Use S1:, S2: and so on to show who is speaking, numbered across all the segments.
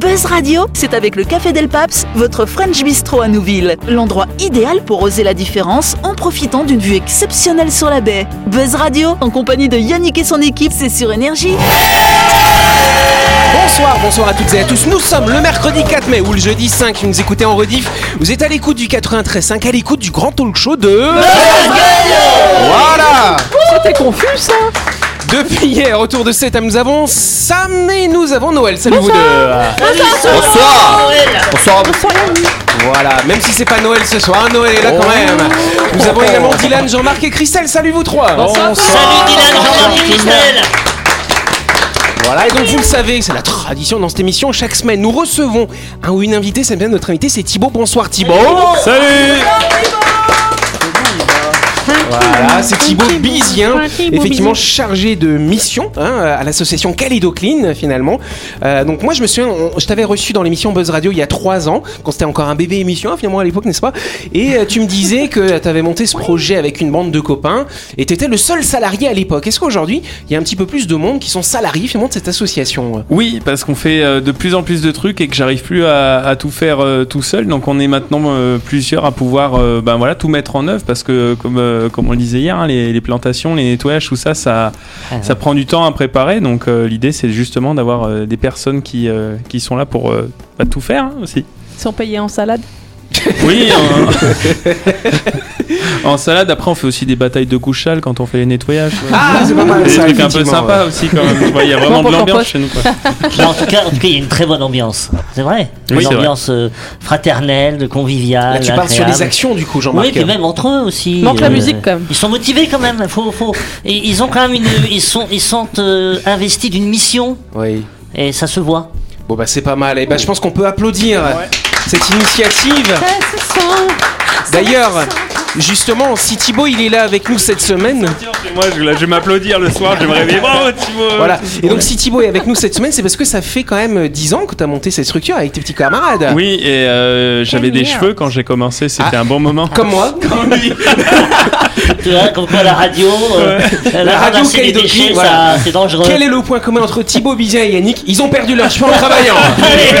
S1: Buzz Radio, c'est avec le Café Del Paps, votre French Bistro à Nouville. L'endroit idéal pour oser la différence en profitant d'une vue exceptionnelle sur la baie. Buzz Radio, en compagnie de Yannick et son équipe, c'est sur Énergie.
S2: Bonsoir, bonsoir à toutes et à tous. Nous sommes le mercredi 4 mai ou le jeudi 5, vous nous écoutez en rediff. Vous êtes à l'écoute du 93.5, à l'écoute du grand talk show de... Voilà
S3: C'était confus ça
S2: Depuis hier, autour de 7 nous avons Sam et nous avons Noël. Salut vous deux
S4: Bonsoir Bonsoir
S2: Voilà, même si c'est pas Noël ce soir, hein, Noël est là quand même. Nous avons également Dylan, Jean-Marc et Christelle. Salut vous trois
S4: Salut Dylan, Oh, Jean-Marc Christelle
S2: Voilà, et donc vous le savez, c'est la tradition dans cette émission. Chaque semaine, nous recevons un ou une invitée. Cette semaine, notre invité, c'est Thibaut. Bonsoir Thibaut.
S5: Salut
S2: Voilà, c'est Thibaut Bizien,
S3: Thibaut
S2: effectivement chargé de mission hein, à l'association Calido Clean finalement. Euh, donc moi je me souviens, on- je t'avais reçu dans l'émission Buzz Radio il y a trois ans, quand c'était encore un bébé émission hein, finalement à l'époque, n'est-ce pas Et euh, tu me disais que tu avais monté ce projet avec une bande de copains et t'étais le seul salarié à l'époque. Est-ce qu'aujourd'hui il y a un petit peu plus de monde qui sont salariés finalement de cette association
S5: Oui, parce qu'on fait euh, de plus en plus de trucs et que j'arrive plus à, à tout faire euh, tout seul. Donc on est maintenant euh, plusieurs à pouvoir euh, ben voilà, tout mettre en œuvre parce que comme, euh, comme on le disait hier, hein, les, les plantations, les nettoyages, tout ça, ça, ça prend du temps à préparer. Donc euh, l'idée c'est justement d'avoir euh, des personnes qui, euh, qui sont là pour euh, bah, tout faire hein, aussi.
S3: Ils sont payés en salade.
S5: Oui, en... en salade, après on fait aussi des batailles de couchal quand on fait les nettoyages.
S2: Ah, c'est pas mal
S5: Des trucs un peu sympas aussi quand même. Tu vois, Il y a vraiment de
S3: pour faire
S5: l'ambiance
S3: poste.
S5: chez nous. quoi.
S4: Non, en tout cas, en tout cas, il y a une très bonne ambiance. C'est vrai.
S5: Oui,
S4: une
S5: c'est vrai.
S4: ambiance euh, fraternelle, de conviviale.
S2: Là tu parles sur
S4: agréable.
S2: les actions du coup Jean-Marc.
S4: Oui, puis même entre eux aussi. euh,
S3: Manque la musique, quand même.
S4: Ils sont motivés quand même. Faut, faut. Et Ils ont quand même une, ils sont, ils sont euh, investis d'une mission
S2: Oui.
S4: et ça se voit.
S2: Bon bah c'est pas mal. Et bah je pense qu'on peut applaudir cette initiative. D'ailleurs, justement, si Thibaut il est là avec nous cette semaine,
S5: Moi, je, là, je vais m'applaudir le soir, je vais me réveiller. Bravo, Thibaut
S2: voilà. Et donc si Thibaut est avec nous cette semaine, c'est parce que ça fait quand même 10 ans que t'as monté cette structure avec tes petits camarades.
S5: Oui, et euh, j'avais des cheveux quand j'ai commencé, c'était un bon moment.
S2: Ah. Comme moi.
S4: Tu vois, comme quoi la radio, euh, la,
S2: radio
S4: ramasser les
S2: Kaidoki,
S4: déchets,
S2: voilà.
S4: ça, c'est dangereux.
S2: Quel est le point commun entre Thibaut, Bizien et Yannick Ils ont perdu leurs cheveux en travaillant.
S4: Allez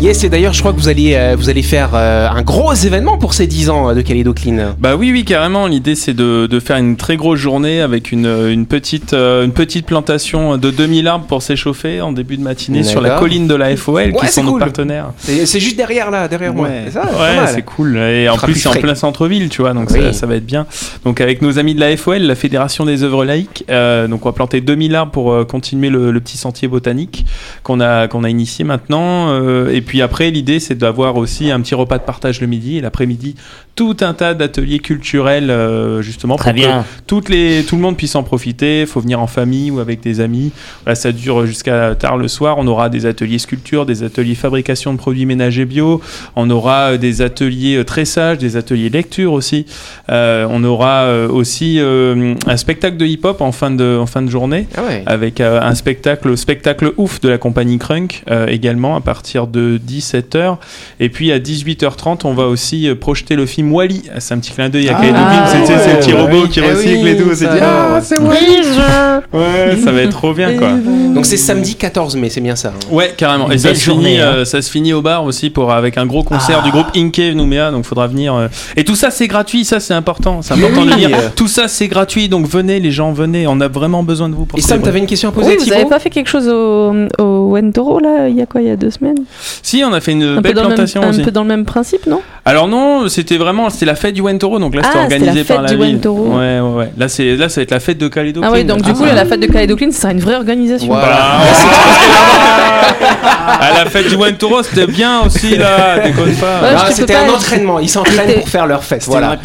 S2: Yes, et d'ailleurs, je crois que vous allez, euh, vous allez faire euh, un gros événement pour ces 10 ans euh, de Kaleido Clean.
S5: Bah oui, oui, carrément. L'idée, c'est de, de faire une très grosse journée avec une, euh, une petite, euh, une petite plantation de 2000 arbres pour s'échauffer en début de matinée sur la
S2: D'accord.
S5: colline de la FOL,
S2: Ouais,
S5: qui
S2: c'est
S5: sont nos
S2: cool.
S5: partenaires.
S2: C'est c'est juste derrière là, derrière moi.
S5: Ouais,
S2: C'est ça, c'est pas
S5: Ouais,
S2: mal.
S5: c'est cool. Et en
S2: sera
S5: plus,
S2: plus
S5: c'est en
S2: frais.
S5: plein centre-ville, tu vois, donc
S2: Oui.
S5: ça, ça va être bien. Donc, avec nos amis de la FOL, la Fédération des œuvres laïques, euh, donc on va planter 2000 arbres pour euh, continuer le, le petit sentier botanique qu'on a, qu'on a initié maintenant. Euh, et puis après, l'idée, c'est d'avoir aussi un petit repas de partage le midi et l'après-midi, tout un tas d'ateliers culturels, euh, justement,
S4: Très
S5: pour
S4: bien.
S5: que toutes les, tout le monde puisse en profiter. faut venir en famille ou avec des amis. Voilà, ça dure jusqu'à tard le soir. On aura des ateliers sculpture, des ateliers fabrication de produits ménagers bio. On aura euh, des ateliers euh, tressage, des ateliers lecture aussi. Euh, on aura euh, aussi euh, un spectacle de hip-hop en fin de, en fin de journée
S2: Ah ouais.
S5: avec euh, un spectacle, spectacle ouf de la compagnie Crunk euh, également à partir de 17h. Et puis à 18h30, on va aussi euh, projeter le film Wally. C'est un petit clin d'œil à Kaido
S3: ah
S5: Bean, c'est
S3: ouais.
S5: ces petits robots qui
S2: Eh oui,
S5: recyclent et tout. On s'est
S2: ça.
S5: dit, ah, c'est Wall-E. Ouais, ça va être trop bien quoi.
S2: Donc c'est samedi 14 mai, c'est bien ça. hein.
S5: Ouais, carrément.
S4: Une
S5: Et ça
S4: belle
S5: se,
S4: journée,
S5: finit, euh, ça se finit au bar aussi pour euh, avec un gros concert
S2: Ah.
S5: du groupe Inke Nouméa. Donc faudra venir. euh. Et tout ça c'est gratuit, ça c'est important. C'est
S2: Mais
S5: important de
S2: oui.
S5: dire. Tout ça c'est gratuit, donc venez les gens, venez. On a vraiment besoin de vous pour
S2: Et Sam,
S5: célébrer.
S2: t'avais une question à poser,
S3: Oui, vous
S2: Thibaut
S3: avez pas fait quelque chose au, au Wendoro là il y a quoi il y a deux semaines
S5: Si, on a fait une
S3: un, peu
S5: belle
S3: dans le même,
S5: plantation
S3: un
S5: aussi.
S3: peu dans le même principe non
S5: Alors non, c'était vraiment c'était la fête du Wentoro, donc là c'était
S3: Ah, c'était la
S5: organisé
S3: fête
S5: par la
S3: du
S5: ville.
S3: Wentoro.
S5: Ouais, ouais, ouais. Là c'est là ça va être la fête de Calédo.
S3: Ah oui donc du coup
S5: il
S3: la fête de Kaleido Clean ce sera une vraie organisation.
S5: Bah,
S2: Voilà.
S6: Ah.
S5: à Ah, la fête du Wentoro, c'était bien aussi là, déconne pas.
S3: Ouais,
S2: Ah,
S3: je te
S2: C'était
S3: peux
S2: un
S3: pas-
S2: entraînement, ils s'entraînent
S3: C'était-
S2: pour faire leur fête. Voilà.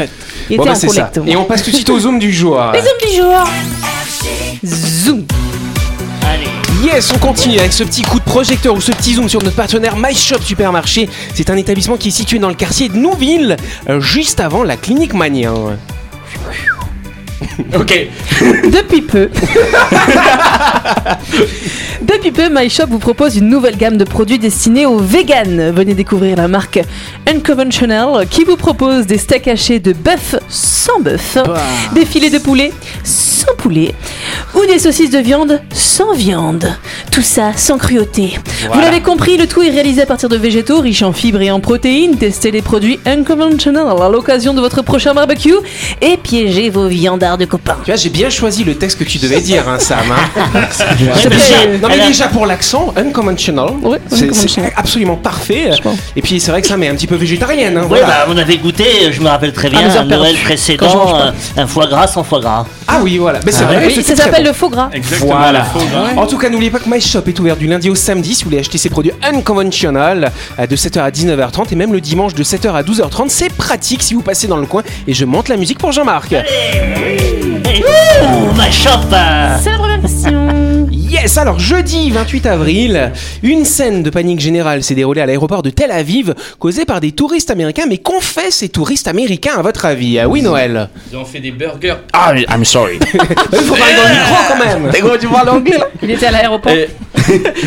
S3: Il
S2: Bon, bah,
S3: était en
S2: c'est ça.
S3: collecte. moi.
S2: Et on passe tout de suite au zoom du jour.
S3: Zoom du jour. Zoom.
S4: Allez
S2: Yes, on continue avec ce petit coup de projecteur ou ce petit zoom sur notre partenaire My Shop Supermarché. C'est un établissement qui est situé dans le quartier de Nouville, euh, juste avant la clinique Mania. Ok.
S3: Depuis peu. Depuis peu, MyShop vous propose une nouvelle gamme de produits destinés aux véganes. Venez découvrir la marque Unconventional qui vous propose des steaks hachés de bœuf sans bœuf, des filets de poulet sans poulet ou des saucisses de viande sans viande. Tout ça sans cruauté. Vous l'avez compris, le tout est réalisé à partir de végétaux riches en fibres et en protéines. Testez les produits Unconventional à l'occasion de votre prochain barbecue et piégez vos viandards de copains.
S2: Tu vois, j'ai bien choisi le texte que tu devais dire, hein, Sam. hein.
S4: Ouais, mais
S2: Déjà-
S4: ça,
S2: non, mais
S4: elle a-
S2: déjà pour l'accent, unconventional.
S3: Ouais,
S2: c'est- c'est
S3: unconventional.
S2: absolument parfait.
S3: pense.
S2: Et puis c'est vrai que ça est un petit peu végétarienne. hein,
S4: Ouais,
S2: voilà.
S4: bah, on avait goûté, je me rappelle très bien,
S3: Ah, nous
S4: à
S3: heures perdues.
S4: Noël
S3: Quand je mange
S4: précédent,
S3: pas.
S4: euh, un foie gras sans foie gras.
S2: Ah oui, voilà. Mais c'est vrai,
S3: Oui,
S2: c'était
S3: ça
S2: très
S3: s'appelle
S2: bon.
S3: le faux gras.
S5: Exactement.
S2: Voilà.
S5: la fauve, hein.
S2: En tout cas, n'oubliez pas que My Shop est ouvert du lundi au samedi si vous voulez acheter ses produits unconventional euh, de 7h à 19h30 et même le dimanche de 7h à 12h30. C'est pratique si vous passez dans le coin et je monte la musique pour Jean-Marc.
S4: Et- Ouh, ma chope euh,
S3: C'est la première question.
S2: Yes, alors jeudi 28 avril, une scène de panique générale s'est déroulée à l'aéroport de Tel Aviv causée par des touristes américains. Mais qu'ont fait ces touristes américains à votre avis Ah Oui, Noël
S5: Ils ont fait des burgers.
S7: I'm, Ah, I'm sorry.
S2: Il faut parler dans le micro quand même
S7: Comment tu parles anglais là
S3: Il était à l'aéroport.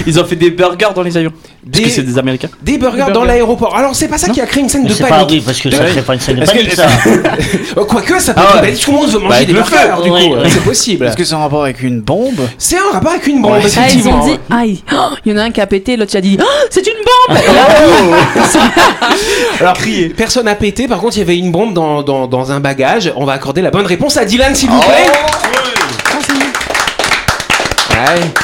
S7: Ils ont fait des burgers dans les avions. Parce
S2: Des-
S7: que c'est des Américains.
S2: Des burgers dans l'aéroport. Alors c'est pas ça qui a créé une scène
S4: mais
S2: de
S4: c'est pas
S2: panique.
S4: oui, parce que ça
S2: Ouais.
S4: crée pas une scène de
S2: Est-ce que-
S4: panique, ça.
S2: Euh, Quoique, ça peut
S7: Ah
S2: être
S7: ouais.
S2: tout le monde veut manger
S7: Bah, avec
S2: des
S7: le
S2: burgers,
S4: feu,
S2: du
S4: ouais,
S2: coup, euh,
S4: ouais.
S2: c'est possible.
S6: Est-ce que c'est en rapport avec une bombe
S2: C'est un rapport avec une bombe,
S7: Ouais.
S3: Ah, ils ont
S2: effectivement.
S3: dit aïe. Oh, il y en a un qui a pété, l'autre qui a dit Oh, c'est une bombe. Et là,
S7: Oh
S2: Alors, personne n'a pété, par contre, il y avait une bombe dans, dans, dans un bagage. On va accorder la bonne réponse à Dylan, s'il vous plaît. Ouais.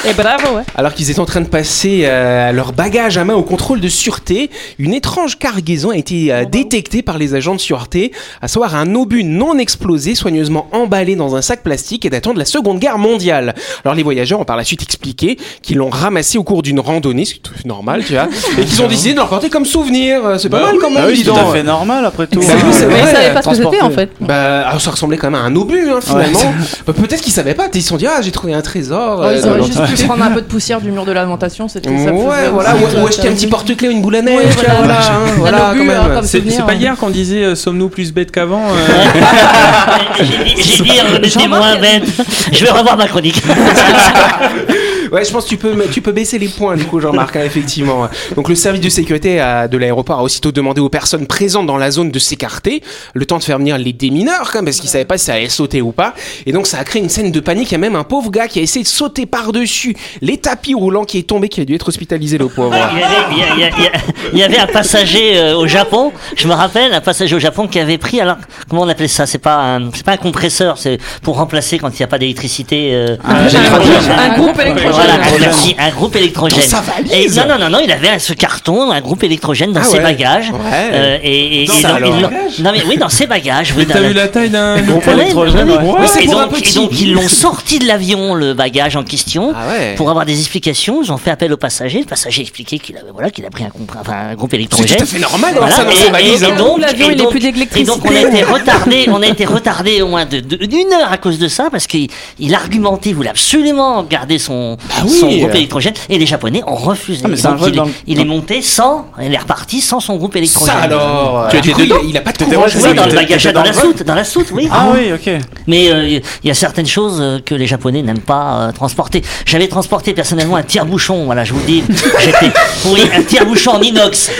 S3: Et bravo, ouais.
S2: Alors qu'ils étaient en train de passer euh, leur bagage à main au contrôle de sûreté, une étrange cargaison a
S6: Oh,
S2: été
S6: bah
S2: euh, détectée par les agents de sûreté, à savoir un obus non explosé soigneusement emballé dans un sac plastique et datant de la Seconde Guerre mondiale. Alors les voyageurs ont par la suite expliqué qu'ils l'ont ramassé au cours d'une randonnée, c'est tout normal, tu vois, et qu'ils ont décidé de le remporter comme souvenir. Euh, C'est pas mal quand même,
S5: Ah
S6: Bah oui,
S2: dis
S6: c'est tout
S2: donc.
S6: à fait normal après tout.
S2: Bah oui, c'est
S3: Mais
S2: vrai.
S3: ils savaient pas ce que
S6: transporter.
S3: c'était en fait.
S2: Bah, alors ça ressemblait quand même à un obus, hein, finalement.
S6: Ouais.
S2: Bah, Peut-être qu'ils savaient pas. Ils se sont dit, ah, j'ai trouvé un trésor.
S6: Ah,
S8: Ouais,
S2: euh,
S8: ils
S2: dans
S8: auraient
S2: l'autre-
S8: juste pu prendre un peu de poussière du mur de l'alimentation, c'était ça.
S2: Ouais,
S8: faisait
S2: voilà,
S8: aussi,
S2: ou,
S8: euh,
S2: ou acheter un petit porte-clés ou une boule à neige,
S8: Ouais,
S2: tiens,
S8: voilà.
S2: voilà, hein, voilà,
S8: obus,
S2: quand même.
S8: hein, comme
S5: C'est
S8: souvenir,
S5: c'est pas
S8: hein.
S5: hier qu'on disait euh, sommes-nous plus bêtes qu'avant euh,
S4: Ah, J'ai- J'ai dit, on était moins bête. Je vais revoir ma chronique.
S2: Ouais, je pense que tu peux, tu peux baisser les points, du coup, Jean-Marc, hein, effectivement. Donc, le service de sécurité à- de l'aéroport a aussitôt demandé aux personnes présentes dans la zone de s'écarter, le temps de faire venir les démineurs, quand même, parce qu'ils savaient pas si ça allait sauter ou pas. Et donc, ça a créé une scène de panique. Il y a même un pauvre gars qui a essayé de sauter par-dessus les tapis roulants qui est tombé, qui a dû être hospitalisé, le pauvre.
S4: Ah, Il y, avait, il, y a- il y a- il y a- il y avait un passager euh, au Japon, je me rappelle, un passager au Japon qui avait pris, alors comment on appelle ça C'est pas un, c'est pas un compresseur, c'est pour remplacer quand il n'y a pas d'électricité. euh,
S8: Un groupe-
S4: un-
S8: un groupe
S4: Voilà,
S8: électrogène.
S4: merci, un groupe électrogène.
S2: Dans sa
S4: et
S2: valise
S4: non, non, non, non, il avait un- ce carton, un groupe électrogène dans
S2: Ah
S4: ses
S2: ouais.
S4: bagages.
S2: Ouais.
S4: Euh, et, et-
S2: Dans
S4: et
S2: ça,
S4: donc,
S2: alors.
S4: ils l'ont- non mais oui, dans ses bagages. oui,
S5: Mais
S4: dans
S5: t'as
S4: la-
S5: vu la taille d'un
S4: Ah
S5: Ah
S4: Ouais, ouais,
S5: électrogène
S4: ouais.
S2: Mais c'est
S4: et,
S2: pour un
S4: donc, et
S2: petit.
S4: donc, ils l'ont sorti de l'avion, le bagage en question.
S2: Ah ouais.
S4: Pour avoir des explications, ils ont fait appel au passager. Le passager a expliqué qu'il avait, voilà, qu'il a pris un, compre- enfin, un groupe électrogène.
S2: C'est tout à fait normal d'avoir ça dans
S4: et-
S2: ses valises,
S4: et
S2: hein.
S4: donc-
S3: L'avion,
S4: et
S3: il est
S4: donc-
S3: plus
S4: Et
S3: d'électricité.
S4: donc, on a été retardé, on a été retardé au moins de- de- d'une heure à cause de ça, parce qu'il il argumentait, il voulait absolument garder son,
S2: oui.
S4: son groupe électrogène, et les Japonais ont refusé.
S6: Ah, mais c'est
S4: Donc,
S6: un vol
S4: il,
S6: dans le-
S4: il est monté sans, il est reparti sans son groupe électrogène.
S2: Ça alors
S7: Tu
S2: euh,
S7: étais
S2: du coup,
S7: dedans
S2: il, il a pas de
S7: T'étais
S2: courage.
S7: moi,
S4: Oui, dans
S7: T'étais-
S4: le bagage,
S7: t'étais
S4: dans
S7: dans
S4: la
S7: le vol
S4: soute, dans la soute, oui.
S6: Ah oui, ok.
S4: Mais euh, il y a certaines choses euh, que les Japonais n'aiment pas euh, transporter. J'avais transporté personnellement un tire-bouchon, voilà, je vous le dis. J'étais, oui, un tire-bouchon en inox.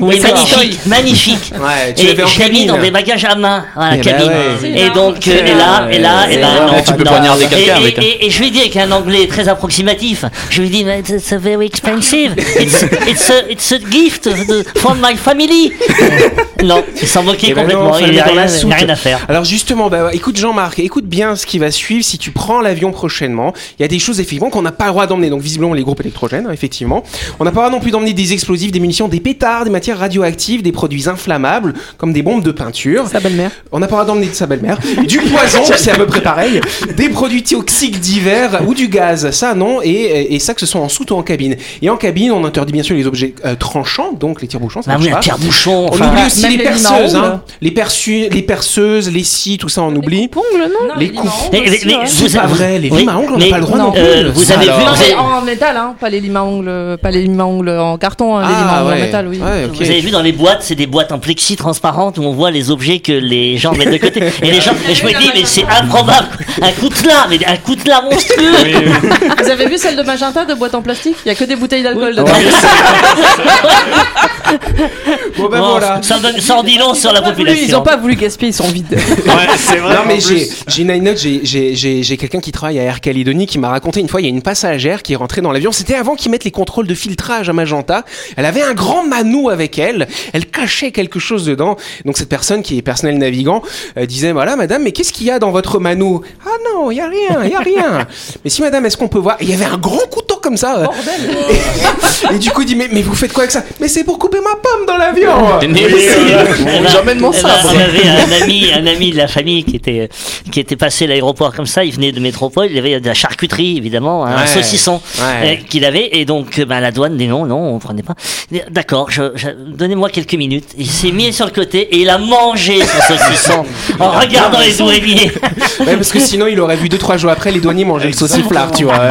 S4: Oui,
S2: D'accord.
S4: magnifique, magnifique.
S2: Ouais, tu
S4: Et
S2: l'avais en
S4: je l'ai mis
S2: cabine.
S4: dans mes bagages à main, à la
S2: Eh ben
S4: cabine.
S2: ouais.
S4: Et donc, euh, et là, et là,
S2: C'est
S4: et
S2: Eh,
S4: là,
S2: là.
S4: non,
S7: Là, tu peux
S4: non.
S7: poignarder quelqu'un
S4: Et-
S7: avec un-
S4: Et, et je lui dis avec un anglais très approximatif, je lui dis, "But it's very expensive. It's, it's, a, it's a gift of the- from my family. non, il s'en moquait
S2: Eh ben
S4: complètement.
S2: non, fallait
S4: il n'y a
S2: dans la
S4: rien, il
S2: soute.
S4: y a rien à faire.
S2: Alors justement, bah, écoute Jean-Marc, écoute bien ce qui va suivre si tu prends l'avion prochainement. Il y a des choses effectivement qu'on n'a pas le droit d'emmener. Donc visiblement les groupes électrogènes, hein, effectivement. On n'a pas le droit non plus d'emmener des explosifs, des munitions, des pétards, des matières radioactives, des produits inflammables comme des bombes de peinture.
S3: Sa belle-mère.
S2: On n'a pas le droit d'emmener de sa belle-mère. Du poison, c'est à peu près pareil. Des produits toxiques divers ou du gaz, ça non. Et, et ça que ce soit en soute ou en cabine. Et en cabine, on interdit bien sûr les objets euh, tranchants, donc les tire-bouchons. ça
S4: Bah oui,
S2: marche
S4: un
S2: pas.
S4: tire-bouchon.
S2: On
S4: enfin,
S2: oublie aussi
S8: même
S2: les
S8: les lignes
S2: perceuses,
S8: à ongles.
S2: hein. les, perçu- les perceuses, les scies, tout ça on oublie.
S3: Pongle, non
S8: Non,
S2: Les
S8: les
S2: coups.
S4: Mais-
S8: limas ongles aussi,
S4: mais-
S8: ouais.
S2: C'est pas vrai, les
S4: oui,
S2: limes à ongles, on n'a
S4: mais-
S2: pas le droit non plus.
S4: euh, vous avez vu,
S8: Non,
S4: vous
S8: mais
S4: avez-
S8: en métal, hein, pas les limas ongles, pas les limas ongles en carton, hein, les limas ongles en métal, oui.
S2: Ah, ouais, ok. ok.
S4: Vous avez vu dans les boîtes, c'est des boîtes en plexi transparentes où on voit les objets que les gens mettent de côté. Et les gens, et je me dis, mais c'est improbable. Un coutelas, mais un coutelas monstrueux.
S3: Ah,
S8: Vous avez vu celle de Magenta de boîte en plastique Il y a que des bouteilles d'alcool dedans.
S2: Bon, Ah, ben
S4: Bon,
S2: voilà.
S4: ça, donne- ça en dit long sur la population.
S3: Ils ont pas voulu gaspiller, ils sont vides.
S7: c'est vrai.
S2: Non mais j'ai j'ai une anecdote, j'ai- j'ai j'ai- j'ai quelqu'un qui travaille à Air Calédonie qui m'a raconté une fois il y a une passagère qui est rentrée dans l'avion, c'était avant qu'ils mettent les contrôles de filtrage à Magenta, elle avait un grand manou avec elle, elle cachait quelque chose dedans. Donc cette personne qui est personnel navigant euh, disait voilà madame mais qu'est-ce qu'il y a dans votre manou Ah non, il y a rien, il y a rien. mais si madame, est-ce qu'on peut voir Et Il y avait un grand couteau comme ça. euh. et, et du coup il dit mais, mais vous faites quoi avec ça Mais c'est pour couper ma pomme dans l'avion.
S4: Eh ben, eh ben, on avait un ami, un ami de la famille qui était, qui était passé à l'aéroport comme ça. Il venait de métropole. Il avait de la charcuterie, évidemment, hein, un
S2: Ouais.
S4: saucisson
S2: Ouais.
S4: euh, qu'il avait. Et donc, euh, ben, la douane dit non, non, on prenait pas. Il dit, D'accord, je- je- donnez-moi quelques minutes. Il s'est mis sur le côté et il a mangé son saucisson en regardant les douaniers.
S2: Ouais, parce que sinon, il aurait vu 2-3 jours après les douaniers manger le sauciflard, tu vois.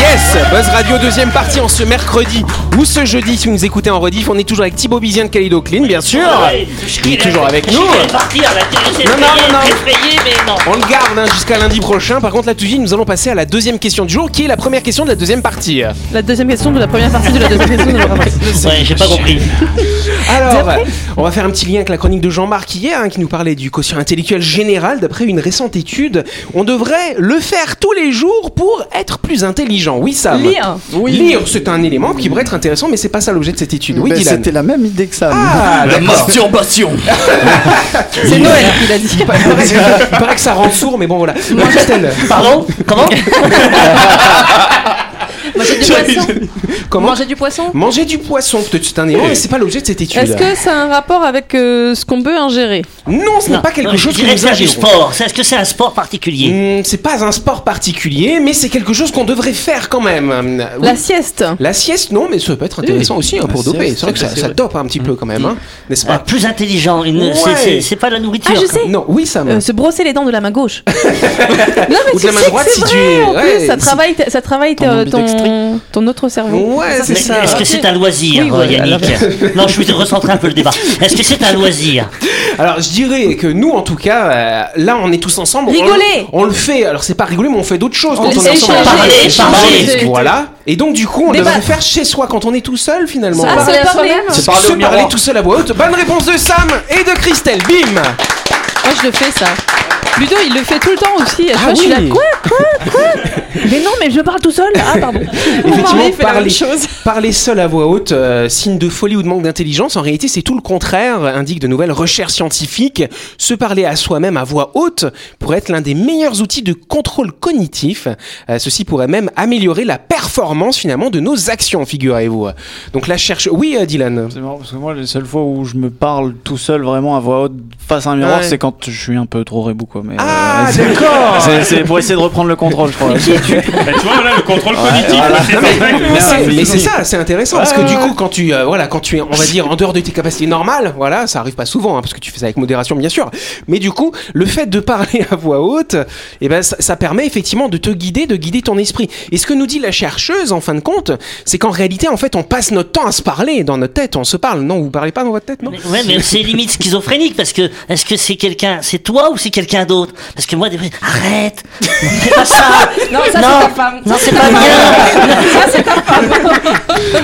S2: Yes Buzz Radio, deuxième partie en ce mercredi ou ce jeudi, si vous nous écoutez en rediff. On est toujours avec Thibaut Bizien de Calido Clean, bien sûr. Il est toujours avec nous.
S4: Je vais partir, là, j'ai
S2: Non, non,
S4: essayé
S2: non,
S4: de
S2: non.
S4: réfrayer, mais non.
S2: On le garde hein, jusqu'à lundi prochain. Par contre, là, tout de suite, nous allons passer à la deuxième question du jour, qui est la première question de la deuxième partie.
S3: La deuxième question de la première partie de la deuxième question de la première partie.
S4: Ouais, j'ai pas compris.
S2: Alors, on va faire un petit lien avec la chronique de Jean-Marc hier, hein, qui nous parlait du quotient intellectuel général. D'après une récente étude, on devrait le faire tous les jours pour être plus intelligent. Oui, Sam
S3: Lire.
S2: Oui. Lire, c'est un élément qui pourrait être intéressant, mais c'est pas ça l'objet de cette étude. Oui,
S6: Ben,
S2: Dylan.
S6: C'était la même idée que ça.
S2: Ah,
S7: La
S2: d'accord.
S7: masturbation.
S3: C'est Noël qu'il a dit.
S2: Il paraît, il paraît que ça rend sourd, mais bon voilà. Marie-Christelle,
S4: Pardon Comment
S8: Manger du poisson
S2: euh, comment
S8: Manger du poisson
S2: Manger du poisson, peut-être c'est un élément, mais c'est pas l'objet de cette étude.
S3: Est-ce que ça a un rapport avec euh, ce qu'on peut ingérer
S2: Non, ce n'est pas quelque
S4: Non,
S2: chose
S4: je
S2: qui
S4: dirais
S2: nous
S4: faire du
S2: ingérons.
S4: sport. C'est- Est-ce que c'est un sport particulier
S2: Hmm, c'est pas un sport particulier, mais c'est quelque chose qu'on devrait faire quand même. Hum, oui.
S3: La sieste.
S2: La sieste, non, mais ça peut être intéressant aussi hein, pour
S6: sieste,
S2: doper. C'est vrai que ça,
S6: c'est
S2: ça
S6: vrai. Hmm.
S2: dope un petit peu quand même, hein, n'est-ce
S4: Ah,
S2: pas
S4: plus intelligent. une-
S2: Ouais.
S4: c'est- c'est- C'est pas la nourriture.
S3: Ah, je
S4: quoi.
S3: sais.
S2: Non, oui, Sam.
S3: Euh, se brosser les dents de la main gauche. non, mais
S2: Ou de la main
S3: sais que
S2: droite,
S3: c'est
S2: si
S3: vrai,
S2: tu es-
S3: en
S2: ouais,
S3: plus, ça
S2: si-
S3: travaille, ta- ça travaille ta- ton, ton, autre cerveau.
S2: Ouais, c'est
S4: Mais
S2: ça.
S4: Est-ce que c'est
S3: Ah,
S4: un loisir,
S3: Oui, voilà.
S4: Yannick Non, je vais recentrer un peu le débat. Est-ce que c'est un loisir
S2: Alors, je dirais que nous, en tout cas, euh, là, on est tous ensemble. on-
S3: Rigoler
S2: On, le fait. Alors, c'est pas rigoler, mais on fait d'autres choses quand on est
S3: échanger,
S2: ensemble.
S4: échanger,
S8: échanger.
S2: Voilà. Et donc, du coup, on
S3: Débattre.
S2: devrait le faire chez soi quand on est tout seul, finalement.
S3: Ah,
S8: Parler
S3: c'est
S8: à
S3: pas
S8: soi-même.
S3: vrai.
S2: se parler, tout seul à voix haute. Bonne réponse de Sam et de Christelle. Bim
S3: Moi, Ah, je le fais ça. Ludo, il le fait tout le temps aussi. Tu vois, je suis là,
S2: Ah oui.
S3: quoi, quoi, quoi Mais non, mais je parle tout seul. Ah, pardon.
S2: Effectivement,
S3: Marie fait la même
S2: parler,
S3: chose.
S2: parler seul à voix haute, euh, signe de folie ou de manque d'intelligence, en réalité c'est tout le contraire, indique de nouvelles recherches scientifiques. Se parler à soi-même à voix haute pourrait être l'un des meilleurs outils de contrôle cognitif. Euh, ceci pourrait même améliorer la performance finalement de nos actions, figurez-vous. Donc la cherche... Oui, euh, Dylan
S6: C'est marrant parce que moi, les seules fois où je me parle tout seul vraiment à voix haute face à un miroir,
S2: Ouais.
S6: c'est quand je suis un peu trop rebou quoi. Mais
S2: Ah,
S6: euh, c'est-
S2: d'accord
S6: c'est- c'est pour essayer de reprendre le contrôle, je
S5: Bah,
S6: crois.
S5: tu vois, voilà, le contrôle cognitif. c'est
S2: Non, mais-
S5: ça.
S2: mais c'est-
S6: mais
S2: mais c'est
S6: si.
S2: ça, c'est intéressant parce que du coup quand tu euh, voilà quand tu es on va dire en dehors de tes capacités normales, voilà ça arrive pas souvent hein, parce que tu fais ça avec modération bien sûr, mais du coup le fait de parler à voix haute, eh ben ça, ça permet effectivement de te guider, de guider ton esprit. Et ce que nous dit la chercheuse en fin de compte, c'est qu'en réalité en fait on passe notre temps à se parler dans notre tête, on se parle. Non, vous parlez pas dans votre tête, non
S4: Mais- Ouais, mais c'est limite schizophrénique parce que est-ce que c'est quelqu'un, c'est toi ou c'est quelqu'un d'autre Parce que moi, des fois, arrête, fais pas ça.
S8: Non, ça c'est
S4: Non.
S8: ta femme.
S4: Non, c'est pas bien.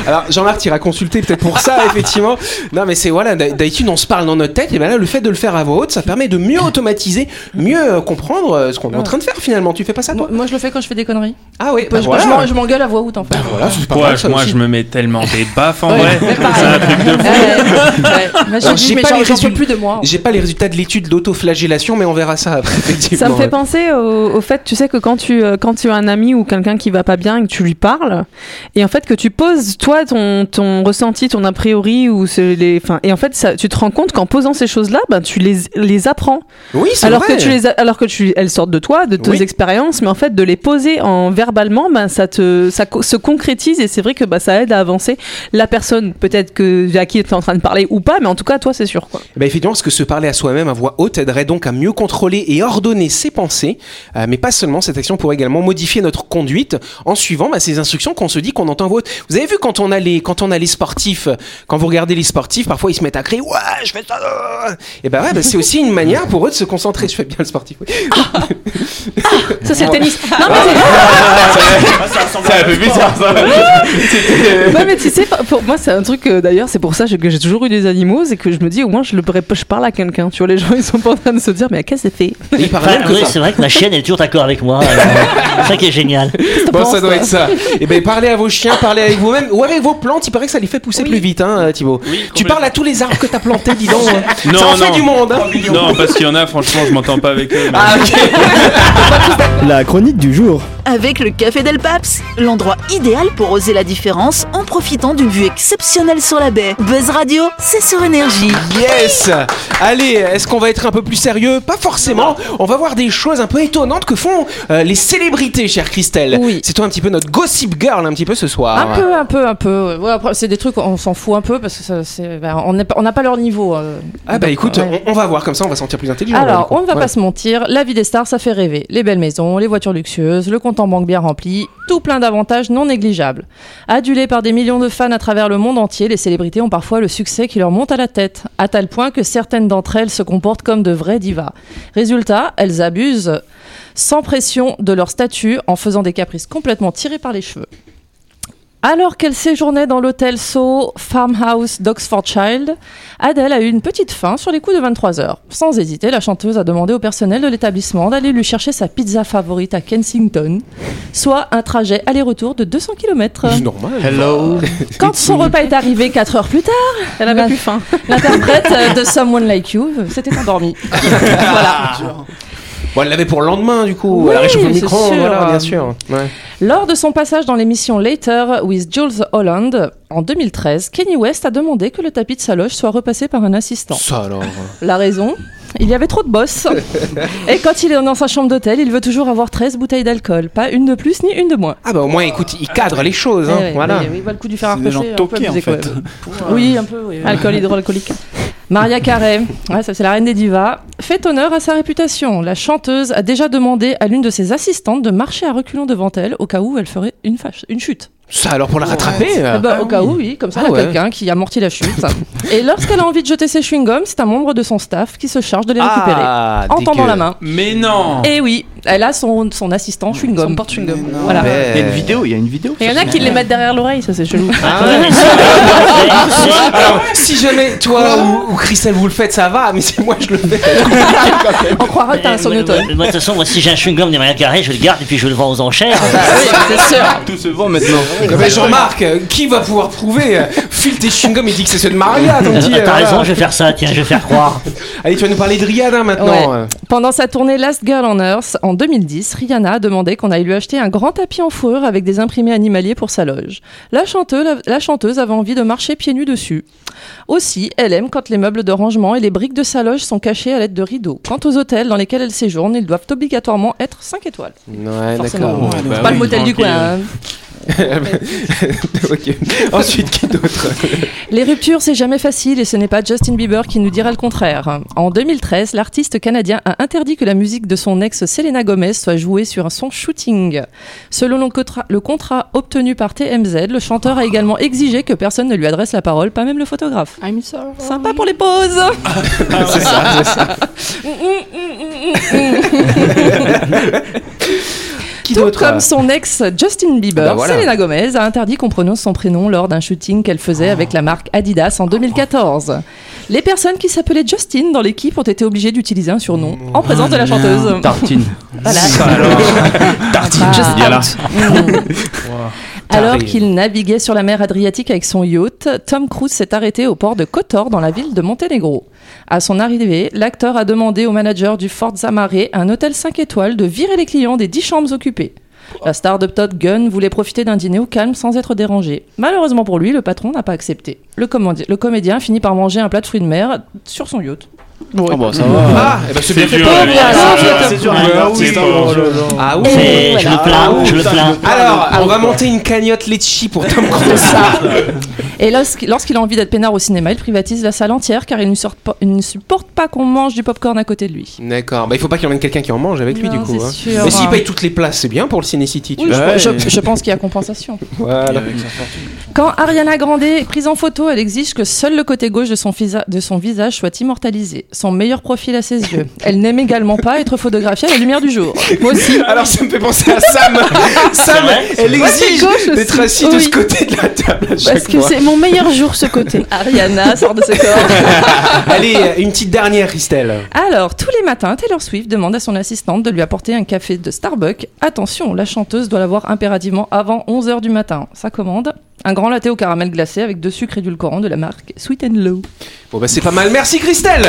S2: Alors Jean-Marc ira consulter peut-être pour ça effectivement. Non mais c'est voilà d'hab- d'habitude on se parle dans notre tête et ben là le fait de le faire à voix haute ça permet de mieux automatiser, mieux euh, comprendre euh, ce qu'on est en train de faire finalement. Tu fais pas ça toi
S8: Moi, moi, je le fais quand je fais des conneries.
S2: Ah oui,
S3: bah,
S8: Moi, je- je m'en- je m'engueule à voix haute en fait.
S2: voilà, c'est pas
S5: Ouais,
S2: mal, ça
S5: moi,
S2: aussi.
S5: je me mets tellement des baffes en vrai.
S8: mais pareil.
S5: C'est un truc de fou.
S8: Ouais, ouais. Moi, je
S2: Alors,
S8: dis,
S2: j'ai
S8: mais
S2: pas
S8: j'en-
S2: les
S8: j'en peux
S2: résultats.
S8: plus de moi.
S2: J'ai pas les résultats de l'étude d'autoflagellation, mais on verra ça après,
S3: Ça me
S2: effectivement.
S3: fait penser au, au fait, tu sais, que quand tu, euh, quand tu as un ami ou quelqu'un qui va pas bien et que tu lui parles, et en fait que tu poses toi toi ton, ton ressenti, ton a priori ou ce- les, enfin, et en fait, ça, tu te rends compte qu'en posant ces choses-là, ben tu les les apprends.
S2: Oui, c'est
S3: Alors
S2: vrai.
S3: que tu les, a- alors que tu, elles sortent de toi, de tes
S2: Oui.
S3: expériences, mais en fait de les poser en verbalement, ben ça te, ça co- se concrétise et c'est vrai que bah ça aide à avancer la personne peut-être que à qui tu es en train de parler ou pas, mais en tout cas toi c'est sûr quoi.
S2: Eh ben, effectivement, parce que se parler à soi-même à voix haute aiderait donc à mieux contrôler et ordonner ses pensées, Euh, mais pas seulement, cette action pourrait également modifier notre conduite en suivant bah, ces instructions qu'on se dit qu'on entend à voix haute. Vous avez vu quand on a les, quand on a les sportifs, euh, quand vous regardez les sportifs, parfois ils se mettent à crier « Ouais, je fais ça euh. Et ben ouais, bah, c'est aussi une manière pour eux de se concentrer. Je fais bien le sportif. oui.
S3: Ça c'est le tennis. Non mais c'est-
S7: C'est un peu bizarre ça.
S3: Ouais, mais tu sais, pour- pour moi, c'est un truc, euh, d'ailleurs, c'est pour ça que j'ai toujours eu des animaux, c'est que je me dis, au moins, je, le, pré- je parle à quelqu'un. Tu vois, les gens, ils sont pas en train de se dire, mais à qu'est-ce que c'est fait
S2: Et ils parlent
S4: Enfin,
S2: même que
S4: oui,
S2: ça.
S4: c'est vrai que ma chienne elle est toujours d'accord avec moi. alors, hein. C'est ça qui est génial.
S2: Bon, ça doit être ça. Et ben parlez à vos chiens, parlez avec vous-même ou avec vos plantes. Il paraît que ça les fait pousser plus vite, hein, euh, Thibaut. tu parles à tous les arbres que t'as plantés, dis donc. hein.
S5: Non,
S2: ça en fait
S5: non.
S2: du monde. hein.
S5: Non, parce qu'il y en a, franchement, je m'entends pas avec eux. mais-
S8: Ah,
S9: La chronique du jour.
S1: Avec le Café Del Paps, l'endroit idéal pour oser la différence en profitant d'une vue exceptionnelle sur la baie. Buzz Radio, c'est sur énergie.
S2: Yes Allez, est-ce qu'on va être un peu plus sérieux Pas forcément. On va voir des choses un peu étonnantes que font euh, les célébrités, chère Christelle.
S8: Oui.
S2: C'est toi un petit peu notre gossip girl un petit peu ce soir.
S8: Un peu, un peu, un peu. ouais. Ouais, après, c'est des trucs, on s'en fout un peu parce que ça, c'est, bah, on n'est pas- on n'a pas leur niveau. euh.
S2: Ah bah
S8: Donc,
S2: écoute,
S8: ouais.
S2: on, on va voir comme ça, on va se sentir plus intelligent.
S8: Alors,
S2: Ouais.
S8: on ne va pas se mentir, la vie des stars, ça fait rêver. Les belles maisons, les voitures luxueuses, le compte en banque bien rempli, tout plein d'avantages non négligeables. Adulés par des millions de fans à travers le monde entier, les célébrités ont parfois le succès qui leur monte à la tête, à tel point que certaines d'entre elles se comportent comme de vraies divas. Résultat, elles abusent sans pression de leur statut en faisant des caprices complètement tirés par les cheveux. Alors qu'elle séjournait dans l'hôtel Soho Farmhouse d'Oxfordshire, Adèle a eu une petite faim sur les coups de 23 heures. Sans hésiter, la chanteuse a demandé au personnel de l'établissement d'aller lui chercher sa pizza favorite à Kensington, soit un trajet aller-retour de 200 km.
S2: C'est normal.
S7: Hello.
S8: Quand son repas est arrivé 4 heures plus tard,
S3: Elle avait plus faim.
S8: l'interprète euh, de Someone Like You euh, s'était endormie. voilà.
S2: Bon, elle l'avait pour le lendemain du coup.
S8: Oui,
S2: elle a réchauffé le
S8: c'est
S2: micro,
S8: sûr.
S2: voilà, bien sûr. Ouais.
S8: Lors de son passage dans l'émission Later with Jules Holland en 2013, Kenny West a demandé que le tapis de sa loge soit repassé par un assistant.
S2: Ça alors.
S8: La raison il y avait trop de bosses. Et quand il est dans sa chambre d'hôtel, il veut toujours avoir 13 bouteilles d'alcool. Pas une de plus ni une de moins.
S2: Ah bah au moins écoute, il cadre les choses.
S8: Eh
S2: hein,
S8: ouais,
S2: voilà.
S8: oui, oui, bah, le coup du fer à
S6: C'est des gens
S8: repêcher, un peu
S6: toqués, en
S8: abusé,
S6: fait.
S8: quoi. Oui, un peu, oui.
S3: Alcool hydroalcoolique.
S8: Maria Carey, ouais, ça c'est la reine des divas, fait honneur à sa réputation. La chanteuse a déjà demandé à l'une de ses assistantes de marcher à reculons devant elle au cas où elle ferait une, fâche- une chute.
S2: Ça alors pour la rattraper. euh,
S8: Ah bah, au cas où, oui, comme ça,
S2: Ah
S8: elle a
S2: ouais.
S8: quelqu'un qui amortit la chute. Et lorsqu'elle a envie de jeter ses chewing-gums, c'est un membre de son staff qui se charge de les récupérer
S2: Ah,
S8: en tendant
S2: dégueu.
S8: la main.
S5: Mais non
S8: Et Eh oui, elle a son, son assistant chewing-gum.
S3: Son porte-chewing-gum.
S6: Mais non.
S8: Voilà.
S2: Ben,
S7: Il y a une vidéo, il y a une vidéo.
S3: Il y en a qui les mettent derrière l'oreille, ça c'est chelou.
S7: Ah
S4: Attendez, mais c'est- c'est-
S2: Alors, si jamais toi ou, ou Christelle vous le faites, ça va, mais si moi je le fais.
S8: On croira que t'as un
S4: Moi, moi,
S8: sonotone.
S4: moi, de toute façon, moi, si j'ai un chewing-gum des Maria Carré, je le garde et puis je le vends aux enchères.
S8: c'est sûr.
S7: Tout se vend maintenant.
S2: Mais Jean-Marc, euh, qui va pouvoir prouver euh, File tes chewing-gums et dis que c'est ceux de Maria, ton petit, euh,
S4: Ah, T'as
S2: voilà.
S4: raison, je vais faire ça, tiens, je vais faire croire.
S2: Allez, tu vas nous parler de Rihanna maintenant. euh.
S8: Ouais. Pendant sa tournée Last Girl on Earth en 2010, Rihanna a demandé qu'on aille lui acheter un grand tapis en fourrure avec des imprimés animaliers pour sa loge. La chanteuse, la chanteuse avait envie de marcher pieds nus dessus. Aussi, elle aime quand les meubles de rangement et les briques de sa loge sont cachés à l'aide de rideaux. Quant aux hôtels dans lesquels elle séjourne, ils doivent obligatoirement être 5 étoiles.
S2: Ouais,
S8: Forcément.
S5: Ouais,
S8: C'est
S5: bah
S8: pas
S5: oui,
S8: le motel du
S5: tranquille.
S8: coin. hein.
S2: ok. Ensuite, qui d'autre
S8: Les ruptures, c'est jamais facile et ce n'est pas Justin Bieber qui nous dira le contraire. En 2013, l'artiste canadien a interdit que la musique de son ex Selena Gomez soit jouée sur son shooting. Selon le contra- le contrat obtenu par TMZ, le chanteur a également exigé que personne ne lui adresse la parole, pas même le photographe. I'm sorry.
S3: Sympa pour les pauses.
S8: Mm,
S2: Qui
S8: Tout
S2: d'autre euh,
S8: comme son ex Justin Bieber,
S2: Ah bah voilà.
S8: Selena Gomez a interdit qu'on prononce son prénom lors d'un shooting qu'elle faisait avec la marque Adidas en 2014. Les personnes qui s'appelaient Justin dans l'équipe ont été obligées d'utiliser un surnom en présence de la chanteuse.
S7: Tartine.
S8: Voilà.
S2: Ah,
S7: Tartine.
S8: Just
S7: Bien là.
S8: Alors
S2: Taré.
S8: qu'il naviguait sur la mer Adriatique avec son yacht, Tom Cruise s'est arrêté au port de Kotor dans la ville de Monténégro. À son arrivée, l'acteur a demandé au manager du Fort Zamaré, un hôtel 5 étoiles, de virer les clients des 10 chambres occupées. La star de Todd Gunn voulait profiter d'un dîner au calme sans être dérangé. Malheureusement pour lui, le patron n'a pas accepté. Le, commandi- le comédien finit par manger un plat de fruits de mer sur son yacht.
S6: Ah bah, ça va.
S2: Ah, eh ben, c'est bien fait.
S5: dur,
S2: Pauvre,
S5: allez.
S2: alors.
S7: C'est dur, un artiste, hein.
S2: Ah oui.
S4: C'est- Je le plains, je le plains.
S2: Alors, on va monter une cagnotte Litchi pour Tom Cruise.
S8: Et lorsqu'- lorsqu'il a envie d'être peinard au cinéma, il privatise la salle entière car il ne, sorte pas- il ne supporte pas qu'on mange du popcorn à côté de lui.
S2: D'accord. Bah, il faut pas qu'il emmène quelqu'un qui en mange avec lui,
S8: Non,
S2: du coup.
S8: c'est
S2: hein.
S8: sûr.
S2: Mais s'il paye toutes les places, c'est bien pour le Ciné-City, tu
S8: Oui,
S2: vois.
S8: je, je- je pense qu'il y a compensation.
S2: Voilà.
S8: Quand Ariana Grande est prise en photo, elle exige que seul le côté gauche de son, fisa- de son visage soit immortalisé, son meilleur profil à ses yeux. Elle n'aime également pas être photographiée à la lumière du jour. Moi aussi.
S2: Alors, ça me fait penser à Sam. Sam,
S4: vrai,
S2: elle
S3: vrai. Ouais,
S2: exige
S3: c'est gauche aussi.
S2: d'être assise de
S3: Oui.
S2: ce côté de la table à
S3: Parce
S2: chaque
S3: que
S2: fois.
S3: c'est mon meilleur jour ce côté.
S8: Ah. Ariana sort de ce corps.
S2: Allez, une petite dernière, Christelle.
S8: Alors, tous les matins, Taylor Swift demande à son assistante de lui apporter un café de Starbucks. Attention, la chanteuse doit l'avoir impérativement avant 11h du matin. Sa commande un grand latte au caramel glacé avec deux sucres édulcorants de la marque Sweet and Low.
S2: Bon, bah, c'est pas mal. Merci, Christelle.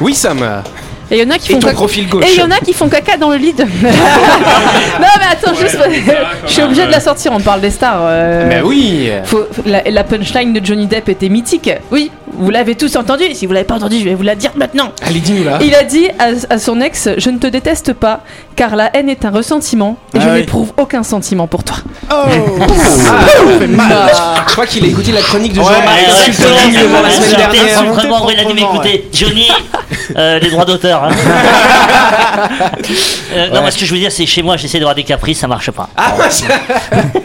S2: Oui, Sam.
S3: Et il y en a qui
S2: Et
S3: font
S2: ton
S3: caca.
S2: profil
S3: Et
S2: gauche.
S3: il y en a qui font caca dans le lit. non mais attends juste, je suis obligée de la sortir. On parle des stars. euh,
S2: Bah oui.
S3: faut- la, la punchline de Johnny Depp était mythique. Oui, vous l'avez tous entendu. Si vous l'avez pas entendu, je vais vous la dire maintenant.
S2: Allez, dis-nous là.
S3: Il a dit à, à son ex Je ne te déteste pas, car la haine est un ressentiment et je
S6: Ah oui.
S3: n'éprouve aucun sentiment pour toi.
S2: Je crois qu'il a écouté la chronique de
S4: Ouais, Ah,
S2: Jean-Marc
S4: ouais,
S2: Sultan
S4: c'est
S2: Guillaume la
S4: vrai,
S2: semaine
S4: c'est vrai,
S2: dernière. hein.
S4: c'est vraiment vrai, il a dû m'écouter. Johnny, euh, les droits d'auteur. hein. Euh, Non, mais ce que je veux dire, c'est chez moi, j'essaie d'avoir des caprices, ça marche pas.
S2: Ah, ça-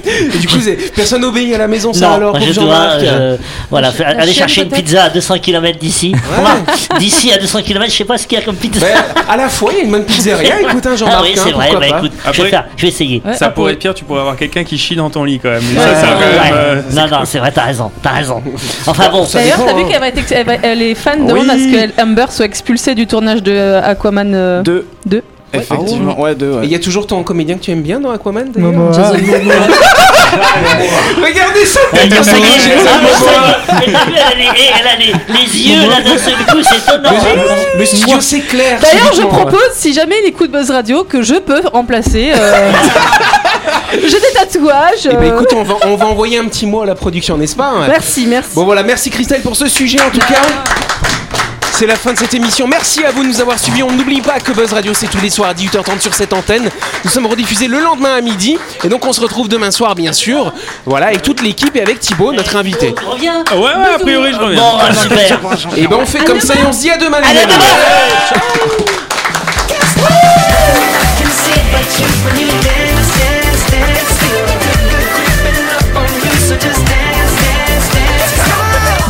S2: Et du coup, c'est- personne obéit à la maison, ça
S4: non,
S2: alors pour
S4: je dois
S2: Jean-Marc
S4: euh, voilà, faire- aller
S8: chienne,
S4: chercher une
S8: peut-être
S4: pizza à 200 km d'ici. On va- D'ici à 200 km, je sais pas ce qu'il y a comme pizza.
S2: Ben, à la fois, il y a une bonne pizzeria, écoute, hein, Jean-Marc.
S4: ah oui, c'est
S2: hein,
S4: vrai,
S2: pourquoi
S4: bah
S2: pas.
S4: écoute, je, vais
S5: Après-
S4: faire, je vais essayer.
S8: Ouais,
S5: Ça
S8: ah,
S5: pourrait
S8: ouais.
S5: être pire, tu pourrais avoir quelqu'un qui chie dans ton lit quand même. Mais ça, ça, quand
S4: Ouais.
S5: même, euh,
S4: non, non, c'est vrai, t'as raison, t'as raison. Enfin bon,
S3: D'ailleurs, t'as
S2: dépend,
S3: vu
S2: hein.
S3: qu'elle va être ex- elle va- elle est fan de demande à ce que Amber soit expulsée du tournage de euh, Aquaman. euh,
S6: Deux.
S3: Deux.
S6: Effectivement, ouais, deux.
S2: Et il
S6: Ouais.
S2: y a toujours ton comédien que tu aimes bien dans Aquaman d'ailleurs Regardez ça Eh,
S4: Elle
S2: tête,
S4: ça y est,
S2: Jean-Marc.
S4: elle a vu, elle a les- elle a les les yeux là d'un seul coup, c'est étonnant.
S2: Le studio s'éclaire.
S3: D'ailleurs, je
S2: subitement.
S3: propose, si jamais il écoute Buzz Radio, que je peux remplacer. euh, J'ai des tatouages.
S2: Eh ben
S3: euh,
S2: écoute, euh, on va, on va envoyer un petit mot à la production, n'est-ce pas hein
S3: Merci, merci.
S2: Bon voilà, merci Christelle pour ce sujet en tout cas. C'est la fin de cette émission. Merci à vous de nous avoir suivis. On n'oublie pas que Buzz Radio, c'est tous les soirs à 18h30 sur cette antenne. Nous sommes rediffusés le lendemain à midi. Et donc, on se retrouve demain soir, bien sûr. Voilà, avec toute l'équipe et avec Thibaut, notre invité.
S4: Reviens.
S5: Ouais, ouais, a priori, je reviens.
S4: Bon, ah, super.
S2: Et ben, on fait comme ça et on se dit à demain, les amis.